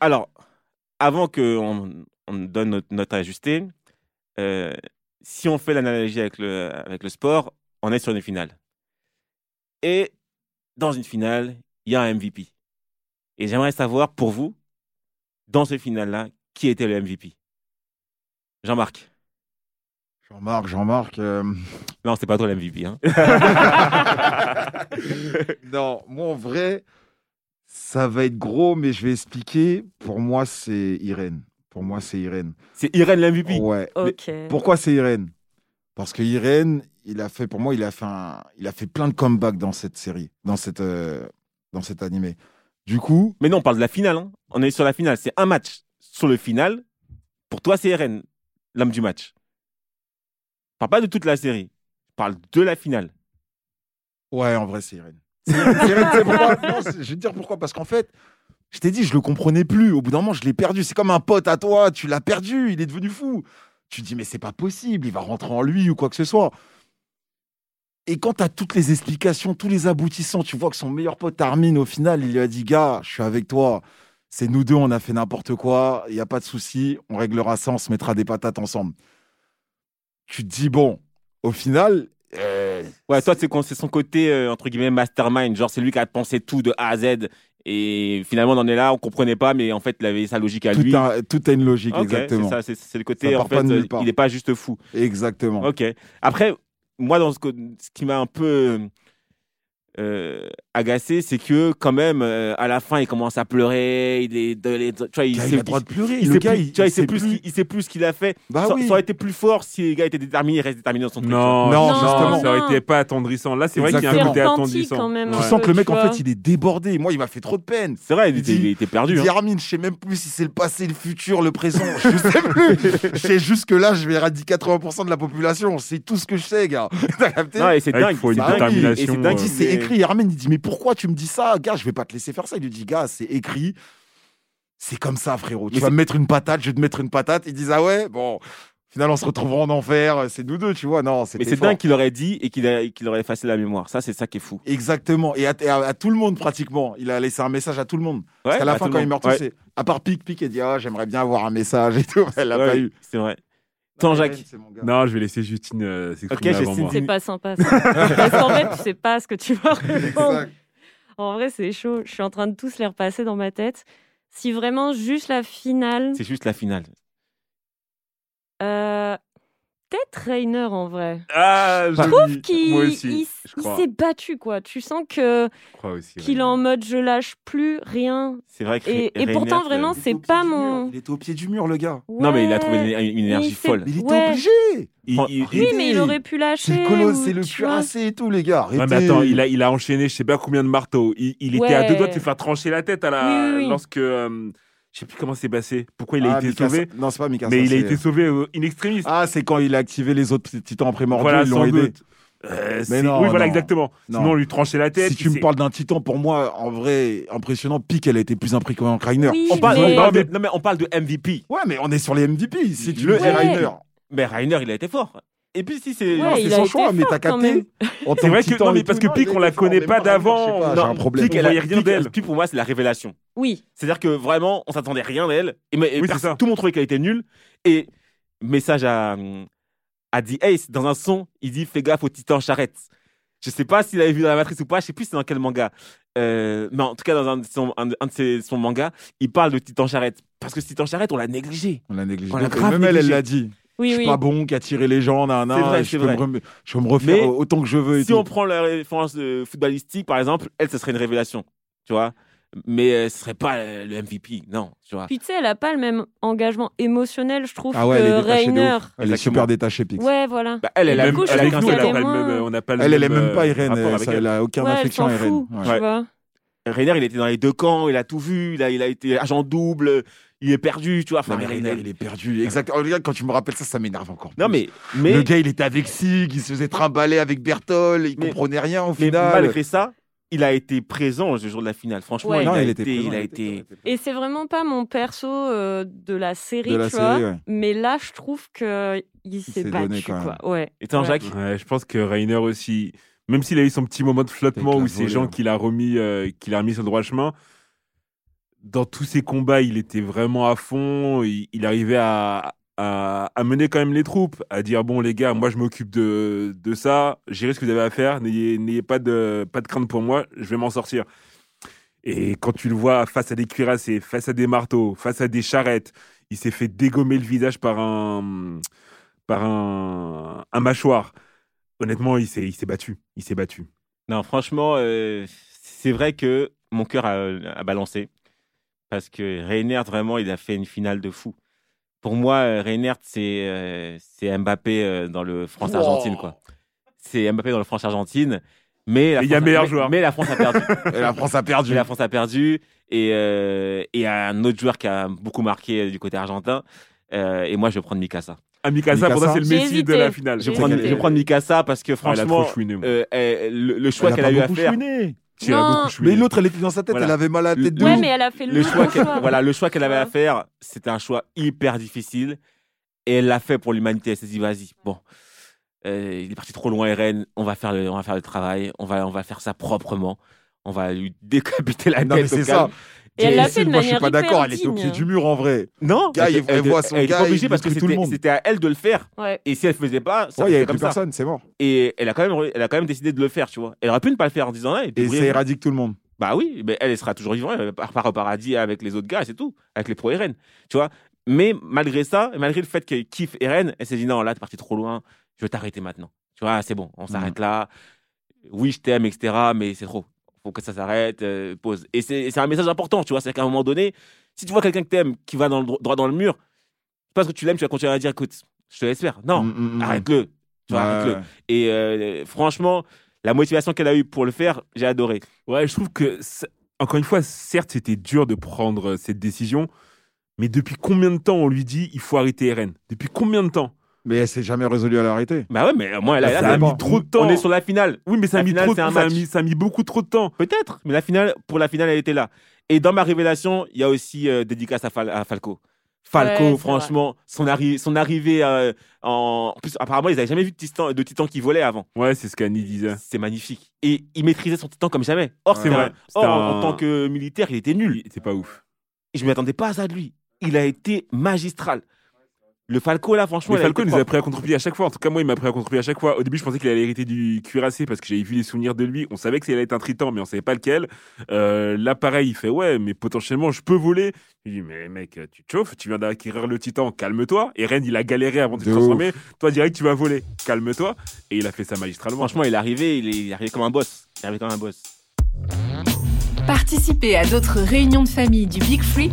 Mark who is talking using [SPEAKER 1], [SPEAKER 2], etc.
[SPEAKER 1] Alors, avant qu'on on donne notre note ajustée, euh, si on fait l'analogie avec le, avec le sport, on est sur une finale. Et dans une finale, il y a un MVP. Et j'aimerais savoir, pour vous, dans ce final-là, qui était le MVP Jean-Marc.
[SPEAKER 2] Jean-Marc, Jean-Marc. euh,
[SPEAKER 1] Non, c'est pas toi le MVP. Hein.
[SPEAKER 2] non, moi en vrai, ça va être gros, mais je vais expliquer. Pour moi, c'est Irène. Pour moi, c'est Irène.
[SPEAKER 1] C'est Irène le MVP.
[SPEAKER 2] Ouais. mais
[SPEAKER 3] Ok.
[SPEAKER 2] Pourquoi c'est Irène Parce que Irène, il a fait, pour moi, il a fait, un- il a fait plein de comebacks dans cette série, dans cette, euh, dans cet animé. Du coup,
[SPEAKER 1] Mais non, on parle de la finale. hein. On est sur la finale. C'est un match sur le final. Pour toi, c'est Irène, l'homme du match. Je parle pas de toute la série. Je parle de la finale.
[SPEAKER 2] ouais, en vrai, c'est Irène. C'est c'est Irène, c'est pourquoi Non, c'est- Je vais te dire pourquoi. Parce qu'en fait, je t'ai dit, je le comprenais plus. Au bout d'un moment, je l'ai perdu. C'est comme un pote à toi. Tu l'as perdu. Il est devenu fou. Tu te dis, mais c'est pas possible. Il va rentrer en lui ou quoi que ce soit. Et quand tu as toutes les explications, tous les aboutissants, tu vois que son meilleur pote Armin, au final, il lui a dit Gars, je suis avec toi. C'est nous deux, on a fait n'importe quoi. Il n'y a pas de souci. On réglera ça. On se mettra des patates ensemble. Tu te dis Bon, au final. euh,
[SPEAKER 1] Ouais, toi, c'est con- c'est son côté, euh, entre guillemets, mastermind. Genre, c'est lui qui a pensé tout de A à Z. Et finalement, on en est là, on comprenait pas, mais en fait, il avait sa logique à
[SPEAKER 2] tout,
[SPEAKER 1] lui.
[SPEAKER 2] a, tout a une logique,
[SPEAKER 1] Ok,
[SPEAKER 2] exactement.
[SPEAKER 1] C'est ça, c'est- c'est le côté,
[SPEAKER 2] Ça
[SPEAKER 1] en
[SPEAKER 2] part pas
[SPEAKER 1] fait,
[SPEAKER 2] de nulle
[SPEAKER 1] euh,
[SPEAKER 2] part.
[SPEAKER 1] il n'est pas juste fou.
[SPEAKER 2] Exactement.
[SPEAKER 1] Ok. Après, moi, dans ce, co- ce qui m'a un peu euh, agacé, c'est que quand même, euh, à la fin, il commence à pleurer. Il est, de- les- tu vois, il,
[SPEAKER 2] Gars,
[SPEAKER 1] sait-
[SPEAKER 2] il a le droit de pleurer.
[SPEAKER 1] il
[SPEAKER 2] le
[SPEAKER 1] sait
[SPEAKER 2] gars,
[SPEAKER 1] plus- tu vois, il sait
[SPEAKER 2] sait
[SPEAKER 1] plus ce qu'il- il sait plus ce qu'il a fait.
[SPEAKER 2] Bah
[SPEAKER 1] ça,
[SPEAKER 2] oui.
[SPEAKER 1] ça aurait été plus fort si les gars étaient déterminés, restent déterminés dans son truc.
[SPEAKER 4] Non,
[SPEAKER 2] Non,
[SPEAKER 4] non,
[SPEAKER 2] justement.
[SPEAKER 4] ça aurait été pas attendrissant. Là, c'est vrai qu'il y a un
[SPEAKER 2] Exactement.
[SPEAKER 4] côté
[SPEAKER 3] C'est repenti
[SPEAKER 4] attendrissant.
[SPEAKER 3] quand même,
[SPEAKER 2] Tu
[SPEAKER 3] Ouais.
[SPEAKER 2] sens que le mec,
[SPEAKER 3] Tu
[SPEAKER 2] en
[SPEAKER 3] vois.
[SPEAKER 2] fait, il est débordé. Moi, il m'a fait trop de peine.
[SPEAKER 1] C'est vrai, il était,
[SPEAKER 2] Il dit-
[SPEAKER 1] il était perdu. hein.
[SPEAKER 2] Dis, Armin, je sais même plus si c'est le passé, le futur, le présent. Je sais plus. je sais juste que là, je vais éradiquer 80% de la population. C'est tout ce que je sais, gars. T'as capté
[SPEAKER 1] Non, et c'est
[SPEAKER 4] Ouais,
[SPEAKER 1] dingue.
[SPEAKER 4] Ah, il faut une
[SPEAKER 1] c'est dingue.
[SPEAKER 4] détermination,
[SPEAKER 1] Et c'est
[SPEAKER 2] Il
[SPEAKER 1] dingue,
[SPEAKER 2] dit,
[SPEAKER 4] euh,
[SPEAKER 2] c'est
[SPEAKER 1] mais-
[SPEAKER 2] écrit. Armin, il dit, mais pourquoi tu me dis ça Gars, je vais pas te laisser faire ça. Il lui dit, gars, c'est écrit. C'est comme ça, frérot. Tu
[SPEAKER 1] Mais
[SPEAKER 2] vas
[SPEAKER 1] c'est-
[SPEAKER 2] me mettre une patate, je vais te mettre une patate. Ils disent, ah ouais, bon, finalement, on se retrouvera en enfer. C'est nous deux, tu vois. Non,
[SPEAKER 1] Mais
[SPEAKER 2] c'était
[SPEAKER 1] c'est
[SPEAKER 2] fort.
[SPEAKER 1] dingue qu'il aurait dit et qu'il a- qu'il aurait effacé la mémoire. Ça, c'est ça qui est fou.
[SPEAKER 2] Exactement. Et à, et à- à tout le monde, pratiquement. Il a laissé un message à tout le monde.
[SPEAKER 1] Ouais, Ah,
[SPEAKER 2] Parce qu'à la fin,
[SPEAKER 1] tout
[SPEAKER 2] quand
[SPEAKER 1] le
[SPEAKER 2] il
[SPEAKER 1] monde.
[SPEAKER 2] meurt,
[SPEAKER 1] Ouais.
[SPEAKER 2] c'est à part Pic, Pic, elle dit Ah, j'aimerais bien avoir un message et tout. Elle l'a
[SPEAKER 1] Ouais,
[SPEAKER 2] pas eu.
[SPEAKER 1] C'est vrai. Tant Jacques.
[SPEAKER 2] C'est mon gars.
[SPEAKER 4] Non, je vais laisser Justine euh, s'exprimer
[SPEAKER 1] Ok,
[SPEAKER 4] avant
[SPEAKER 1] Justine,
[SPEAKER 4] moi.
[SPEAKER 1] dis-
[SPEAKER 3] C'est pas sympa. ça. Parce qu'en fait, tu sais pas ce que tu vas répondre.
[SPEAKER 2] Exact.
[SPEAKER 3] En vrai, c'est chaud. Je suis en train de tous les repasser dans ma tête. Si vraiment juste la finale,
[SPEAKER 1] C'est juste la finale.
[SPEAKER 3] euh, peut-être Rainer en vrai.
[SPEAKER 4] Ah, je
[SPEAKER 3] Qui
[SPEAKER 4] Moi aussi,
[SPEAKER 3] il,
[SPEAKER 4] je
[SPEAKER 3] il
[SPEAKER 4] crois.
[SPEAKER 3] s'est battu quoi. Tu sens que
[SPEAKER 4] Je crois aussi.
[SPEAKER 3] qu'il est
[SPEAKER 4] ouais.
[SPEAKER 3] en mode je lâche plus rien.
[SPEAKER 1] C'est vrai que
[SPEAKER 3] Et-
[SPEAKER 1] Re-
[SPEAKER 3] et pourtant,
[SPEAKER 1] Reiner,
[SPEAKER 3] vraiment,
[SPEAKER 1] c'est-
[SPEAKER 2] Il
[SPEAKER 3] c'est
[SPEAKER 2] était au
[SPEAKER 3] pas
[SPEAKER 2] pied du mur.
[SPEAKER 3] mon-
[SPEAKER 2] Il était au pied du mur, le gars.
[SPEAKER 1] Non, mais il a
[SPEAKER 3] Ouais.
[SPEAKER 1] trouvé une, une- une
[SPEAKER 3] Mais
[SPEAKER 1] énergie
[SPEAKER 3] il s'est-
[SPEAKER 1] folle.
[SPEAKER 2] Mais il était
[SPEAKER 3] Ouais.
[SPEAKER 2] obligé.
[SPEAKER 1] Il-
[SPEAKER 4] Prends-
[SPEAKER 1] il-
[SPEAKER 3] Oui, mais il aurait pu lâcher.
[SPEAKER 2] C'est le colosse,
[SPEAKER 3] ou-
[SPEAKER 2] c'est le
[SPEAKER 3] tu vois.
[SPEAKER 2] cuirassé et tout, les gars.
[SPEAKER 4] Ouais, mais
[SPEAKER 2] Arrêtez.
[SPEAKER 4] attends, il a, il a enchaîné je sais pas combien de marteaux. Il, il était à
[SPEAKER 3] Ouais.
[SPEAKER 4] deux doigts de se faire trancher la tête à la...
[SPEAKER 3] Oui, oui, oui.
[SPEAKER 4] lorsque. euh, je sais plus comment c'est passé. Pourquoi il a
[SPEAKER 2] Ah,
[SPEAKER 4] été
[SPEAKER 2] Mikasa-
[SPEAKER 4] sauvé
[SPEAKER 2] Non, c'est pas Mikasa.
[SPEAKER 4] Mais il a
[SPEAKER 2] c'est-
[SPEAKER 4] été sauvé euh, in extremis.
[SPEAKER 2] Ah, c'est quand il a activé les autres titans primordiaux,
[SPEAKER 4] voilà,
[SPEAKER 2] ils l'ont
[SPEAKER 4] sans
[SPEAKER 2] aidé.
[SPEAKER 4] doute. Euh,
[SPEAKER 2] Mais
[SPEAKER 4] c'est-
[SPEAKER 2] non,
[SPEAKER 4] oui, voilà,
[SPEAKER 2] non.
[SPEAKER 4] exactement.
[SPEAKER 2] Non.
[SPEAKER 4] Sinon, on lui tranchait la tête.
[SPEAKER 2] Si tu
[SPEAKER 4] c'est-
[SPEAKER 2] me parles d'un titan, pour moi, en vrai, impressionnant, Pic, elle a été plus impressionnante que Reiner.
[SPEAKER 3] Oui,
[SPEAKER 1] On parle,
[SPEAKER 3] mais-
[SPEAKER 1] on parle de, non, mais on parle de MVP.
[SPEAKER 2] Ouais, mais on est sur les MVP. Si tu
[SPEAKER 1] Le-
[SPEAKER 2] le dis
[SPEAKER 3] Ouais.
[SPEAKER 2] Reiner.
[SPEAKER 1] Mais Reiner, il a été fort. Et puis, si c'est.
[SPEAKER 3] Ouais,
[SPEAKER 2] Non, c'est
[SPEAKER 3] il a
[SPEAKER 2] son
[SPEAKER 3] été
[SPEAKER 2] choix, mais t'as
[SPEAKER 3] fort quand
[SPEAKER 2] capté. En tant
[SPEAKER 4] vrai que-
[SPEAKER 2] titan
[SPEAKER 4] non, mais
[SPEAKER 2] et
[SPEAKER 4] parce
[SPEAKER 2] tout,
[SPEAKER 4] que Pic,
[SPEAKER 2] il
[SPEAKER 4] on la
[SPEAKER 2] était
[SPEAKER 4] connaît
[SPEAKER 2] fort,
[SPEAKER 4] pas
[SPEAKER 2] mais moi, Reiner, je sais
[SPEAKER 4] d'avant.
[SPEAKER 2] pas,
[SPEAKER 1] Non,
[SPEAKER 2] J'ai un problème.
[SPEAKER 1] Pique, elle a-
[SPEAKER 4] voyait rien
[SPEAKER 1] Pique-
[SPEAKER 4] d'elle.
[SPEAKER 1] Pique, pour moi, c'est la révélation.
[SPEAKER 3] Oui.
[SPEAKER 1] C'est-à-dire que vraiment, on s'attendait rien d'elle. Et, mais- et
[SPEAKER 4] Oui,
[SPEAKER 1] personne-
[SPEAKER 4] c'est ça.
[SPEAKER 1] tout le monde trouvait qu'elle était nulle. Et message à, hum, à The Ace, dans un son, il dit Fais gaffe au titan charrette. Je sais pas s'il avait vu dans la matrice ou pas, je sais plus c'est dans quel manga. Euh, mais en tout cas, dans un de son, un de- un de ses- son manga, il parle de titan charrette. Parce que ce titan charrette, on l'a négligé.
[SPEAKER 2] On l'a négligé.
[SPEAKER 1] On l'a
[SPEAKER 2] Et
[SPEAKER 1] grave
[SPEAKER 2] même elle, elle
[SPEAKER 1] négligé.
[SPEAKER 2] l'a dit. je
[SPEAKER 3] Oui,
[SPEAKER 2] suis
[SPEAKER 3] oui.
[SPEAKER 2] pas bon qu'à tirer les gens,
[SPEAKER 1] C'est
[SPEAKER 2] nanana,
[SPEAKER 1] vrai,
[SPEAKER 2] et
[SPEAKER 1] c'est
[SPEAKER 2] je, peux me
[SPEAKER 1] vrai.
[SPEAKER 2] rem- je peux me refaire
[SPEAKER 1] Mais
[SPEAKER 2] autant que je veux. Et
[SPEAKER 1] si
[SPEAKER 2] tout.
[SPEAKER 1] on prend la référence euh, footballistique, par exemple, elle, ce serait une révélation, tu vois. Mais euh, ce serait pas euh, le MVP, non, tu vois.
[SPEAKER 3] Puis tu sais, elle a pas le même engagement émotionnel, je trouve,
[SPEAKER 2] Ah ouais, elle est
[SPEAKER 3] que
[SPEAKER 2] détachée de ouf.
[SPEAKER 3] Rainer.
[SPEAKER 2] Elle est
[SPEAKER 1] Exactement.
[SPEAKER 2] super détachée, Pix.
[SPEAKER 3] Ouais, voilà.
[SPEAKER 1] Bah, elle, elle a
[SPEAKER 4] Même
[SPEAKER 3] couche,
[SPEAKER 1] elle a
[SPEAKER 4] avec
[SPEAKER 3] elle
[SPEAKER 4] nous,
[SPEAKER 1] qu'un
[SPEAKER 4] elle
[SPEAKER 1] seul
[SPEAKER 4] a
[SPEAKER 3] qu'elle
[SPEAKER 4] pas
[SPEAKER 3] est
[SPEAKER 4] le même,
[SPEAKER 3] moins-
[SPEAKER 4] euh, on n'a pas le
[SPEAKER 2] Elle, elle
[SPEAKER 4] même,
[SPEAKER 2] aime même
[SPEAKER 4] euh,
[SPEAKER 2] pas Irène.
[SPEAKER 4] rapport
[SPEAKER 2] Elle,
[SPEAKER 4] avec
[SPEAKER 2] ça,
[SPEAKER 4] elle.
[SPEAKER 2] elle a aucun
[SPEAKER 3] Ouais, elle
[SPEAKER 2] affect sur
[SPEAKER 3] s'en
[SPEAKER 2] Irène.
[SPEAKER 3] fout,
[SPEAKER 2] Ouais.
[SPEAKER 3] tu vois.
[SPEAKER 1] euh, Rainer, il était dans les deux camps, il a tout vu, il a, il a été agent double, il est perdu, tu vois. Enfin,
[SPEAKER 2] Non, mais
[SPEAKER 1] Rainer,
[SPEAKER 2] Rainer, il est perdu. Exact. Oh, regarde, quand tu me rappelles ça, ça m'énerve encore.
[SPEAKER 1] Non,
[SPEAKER 2] plus.
[SPEAKER 1] mais, mais,
[SPEAKER 2] Le gars, il était avec Sig, il se faisait trimballer avec Bertol, il
[SPEAKER 1] Mais-
[SPEAKER 2] comprenait rien au
[SPEAKER 1] mais
[SPEAKER 2] final. euh,
[SPEAKER 1] malgré ça, il a été présent le jour de la finale. Franchement,
[SPEAKER 3] Ouais.
[SPEAKER 1] il,
[SPEAKER 2] Non,
[SPEAKER 1] a
[SPEAKER 2] il
[SPEAKER 1] été,
[SPEAKER 2] était présent,
[SPEAKER 1] il a
[SPEAKER 2] il
[SPEAKER 1] été.
[SPEAKER 3] Et c'est vraiment pas mon perso euh, de la série,
[SPEAKER 2] De la
[SPEAKER 3] tu vois.
[SPEAKER 2] série, ouais.
[SPEAKER 3] Mais là, je trouve que il s'est
[SPEAKER 2] s'est
[SPEAKER 3] battu,
[SPEAKER 2] donné quand
[SPEAKER 3] quoi. Ouais.
[SPEAKER 1] Et toi,
[SPEAKER 3] Ouais.
[SPEAKER 1] Jacques
[SPEAKER 4] Ouais, je pense que Rainer aussi, même s'il a eu son petit moment de flottement
[SPEAKER 2] Avec la
[SPEAKER 4] où c'est
[SPEAKER 2] volée,
[SPEAKER 4] Jean
[SPEAKER 2] hein.
[SPEAKER 4] qui l'a remis, euh, qui l'a remis sur le droit chemin, dans tous ses combats, il était vraiment à fond. Il, il arrivait à, à, à mener quand même les troupes, à dire bon les gars, moi je m'occupe de, de ça, gérez ce que vous avez à faire, n'ayez n'ayez pas de pas de crainte pour moi, je vais m'en sortir. Et quand tu le vois face à des cuirassés, face à des marteaux, face à des charrettes, il s'est fait dégommer le visage par un par un, un mâchoire. Honnêtement, il s'est il s'est battu, il s'est battu.
[SPEAKER 1] Non, franchement, euh, c'est vrai que mon cœur a, a balancé. Parce que Reinhardt, vraiment, il a fait une finale de fou. Pour moi, euh, Reinhardt, c'est euh, c'est Mbappé euh, dans le France-Argentine. quoi. C'est Mbappé dans le France-Argentine. Mais la
[SPEAKER 4] Et il y a
[SPEAKER 1] France-
[SPEAKER 4] meilleur
[SPEAKER 1] mais-
[SPEAKER 4] joueur.
[SPEAKER 1] Mais la France a perdu.
[SPEAKER 2] Et la France a perdu.
[SPEAKER 1] Et la France a perdu. Et, euh, et un autre joueur qui a beaucoup marqué euh, du côté argentin. Euh, et moi, je vais prendre Mikasa.
[SPEAKER 4] Amikasa, pour moi, c'est le
[SPEAKER 3] J'ai
[SPEAKER 4] Messi de
[SPEAKER 3] hésité.
[SPEAKER 4] la finale.
[SPEAKER 1] Je vais
[SPEAKER 3] J'ai
[SPEAKER 1] prendre,
[SPEAKER 3] hésité.
[SPEAKER 1] je vais prendre Mikasa Euh, parce que
[SPEAKER 4] Ah, elle a trop
[SPEAKER 1] franchement,
[SPEAKER 4] chouiné, moi.
[SPEAKER 1] euh, euh, le, le
[SPEAKER 2] Elle
[SPEAKER 1] choix qu'elle a
[SPEAKER 2] pas
[SPEAKER 1] eu à
[SPEAKER 2] beaucoup
[SPEAKER 1] faire,
[SPEAKER 2] chouiné.
[SPEAKER 4] Tu as
[SPEAKER 3] Non.
[SPEAKER 4] beaucoup chouiné.
[SPEAKER 2] Mais l'autre, elle était dans sa tête,
[SPEAKER 1] Voilà.
[SPEAKER 2] elle avait mal à la tête de
[SPEAKER 1] Ouais,
[SPEAKER 2] ouf.
[SPEAKER 3] mais elle a fait le,
[SPEAKER 1] le choix
[SPEAKER 3] bon
[SPEAKER 1] qu'elle
[SPEAKER 3] choix.
[SPEAKER 1] voilà, le choix qu'elle avait à
[SPEAKER 3] Ouais.
[SPEAKER 1] faire, c'était un choix hyper difficile. Et elle l'a fait pour l'humanité. Elle s'est dit, vas-y, bon, euh, il est parti trop loin, Eren. On va faire le, on va faire le travail. On va, on va faire ça proprement. On va lui décapiter la
[SPEAKER 2] Non,
[SPEAKER 1] tête.
[SPEAKER 2] mais
[SPEAKER 1] au
[SPEAKER 2] c'est
[SPEAKER 1] calme.
[SPEAKER 2] ça.
[SPEAKER 3] Et elle l'a
[SPEAKER 2] Cécile,
[SPEAKER 3] fait de
[SPEAKER 2] moi, je suis
[SPEAKER 3] manière
[SPEAKER 2] pas
[SPEAKER 3] hyper
[SPEAKER 2] d'accord. Elle était au
[SPEAKER 3] digne.
[SPEAKER 2] pied du mur en vrai.
[SPEAKER 1] Non,
[SPEAKER 2] Gars, il- elle
[SPEAKER 1] de-
[SPEAKER 2] voit son
[SPEAKER 1] elle était
[SPEAKER 2] gars,
[SPEAKER 1] obligée
[SPEAKER 2] il
[SPEAKER 1] parce que
[SPEAKER 2] détruit tout le
[SPEAKER 1] c'était
[SPEAKER 2] monde.
[SPEAKER 1] c'était à elle de le faire.
[SPEAKER 3] Ouais.
[SPEAKER 1] Et si elle faisait pas, ça
[SPEAKER 2] Ouais, il
[SPEAKER 1] restait
[SPEAKER 2] n'y avait
[SPEAKER 1] comme
[SPEAKER 2] plus
[SPEAKER 1] ça.
[SPEAKER 2] personne, c'est mort.
[SPEAKER 1] Et elle a quand même, elle a quand même décidé de le faire, tu vois. Elle aurait pu ne pas le faire en disant, hey,
[SPEAKER 2] Et
[SPEAKER 1] t'es
[SPEAKER 2] ça
[SPEAKER 1] vrai.
[SPEAKER 2] éradique tout le monde.
[SPEAKER 1] Bah oui, mais elle, elle sera toujours vivante, elle part part au paradis avec les autres gars, et c'est tout, avec les pro-RN, tu vois. Mais malgré ça, malgré le fait qu'elle kiffe RN, elle s'est dit non, là, t'es parti trop loin, je vais t'arrêter maintenant. Tu vois, c'est bon, on s'arrête
[SPEAKER 2] Mm.
[SPEAKER 1] là. Oui, je t'aime, etc., mais c'est trop. Faut que ça s'arrête, euh, pause. Et c'est c'est un message important, tu vois, c'est qu'à un moment donné, si tu vois quelqu'un que t'aimes qui va dans le dro- droit dans le mur, c'est parce que tu l'aimes, tu vas continuer à dire, écoute, je te laisse faire. Non,
[SPEAKER 2] Mm, mm, mm.
[SPEAKER 1] arrête-le. Tu vois,
[SPEAKER 2] Ouais.
[SPEAKER 1] arrête-le. Et euh, franchement, la motivation qu'elle a eue pour le faire, j'ai adoré.
[SPEAKER 4] Ouais, je trouve que, ça- encore une fois, certes, c'était dur de prendre euh, cette décision, mais depuis combien de temps on lui dit il faut arrêter RN Depuis combien de temps
[SPEAKER 2] Mais elle s'est jamais résolue à l'arrêter.
[SPEAKER 1] Bah ouais, mais moi, elle
[SPEAKER 2] Ça
[SPEAKER 1] a
[SPEAKER 2] a mis
[SPEAKER 4] trop de temps.
[SPEAKER 1] On est sur la finale.
[SPEAKER 4] Oui, mais ça a,
[SPEAKER 1] La
[SPEAKER 4] mis,
[SPEAKER 1] finale,
[SPEAKER 4] trop de-
[SPEAKER 1] c'est un
[SPEAKER 4] ça a
[SPEAKER 1] match.
[SPEAKER 4] mis- ça a mis beaucoup trop de temps.
[SPEAKER 1] Peut-être, mais la finale, pour la finale, elle était là. Et dans ma révélation, il y a aussi euh, dédicace à, Fal- à Falco. Falco,
[SPEAKER 3] Ouais, c'est
[SPEAKER 1] franchement, son, arri- son arrivée euh, en... en plus, apparemment, ils n'avaient jamais vu de titan, de titan qui volait avant.
[SPEAKER 4] Ouais, c'est ce qu'Annie disait.
[SPEAKER 1] C'est magnifique. Et il maîtrisait son titan comme jamais. Or,
[SPEAKER 2] Ouais.
[SPEAKER 1] c'est
[SPEAKER 2] C'est
[SPEAKER 1] vrai.
[SPEAKER 4] vrai.
[SPEAKER 1] Or,
[SPEAKER 4] C'était
[SPEAKER 1] en- en
[SPEAKER 4] un-
[SPEAKER 1] tant que militaire, il était nul.
[SPEAKER 4] C'est pas ouf.
[SPEAKER 1] Et je ne m'attendais pas à ça de lui. Il a été magistral. Le Falco, là, franchement,
[SPEAKER 4] Mais
[SPEAKER 1] il a
[SPEAKER 4] Falco
[SPEAKER 1] été
[SPEAKER 4] nous a
[SPEAKER 1] propre.
[SPEAKER 4] pris à contre-pied à chaque fois. En tout cas, moi, il m'a pris à contre-pied à chaque fois. Au début, je pensais qu'il allait hériter du cuirassé parce que j'avais vu les souvenirs de lui. On savait que ça allait être un triton, mais on savait pas lequel. Euh, là, pareil, il fait Ouais, mais potentiellement, je peux voler. Je lui dis Mais mec, tu te chauffes, tu viens d'acquérir le titan, calme-toi. Et Ren, il a galéré avant de te
[SPEAKER 2] De
[SPEAKER 4] transformer. Toi, direct, tu vas voler, calme-toi. Et il a fait ça magistralement.
[SPEAKER 1] Franchement, il est arrivé, il est, il est arrivé comme un boss. Il est arrivé comme un boss.
[SPEAKER 5] Participez à d'autres réunions de famille du Big Free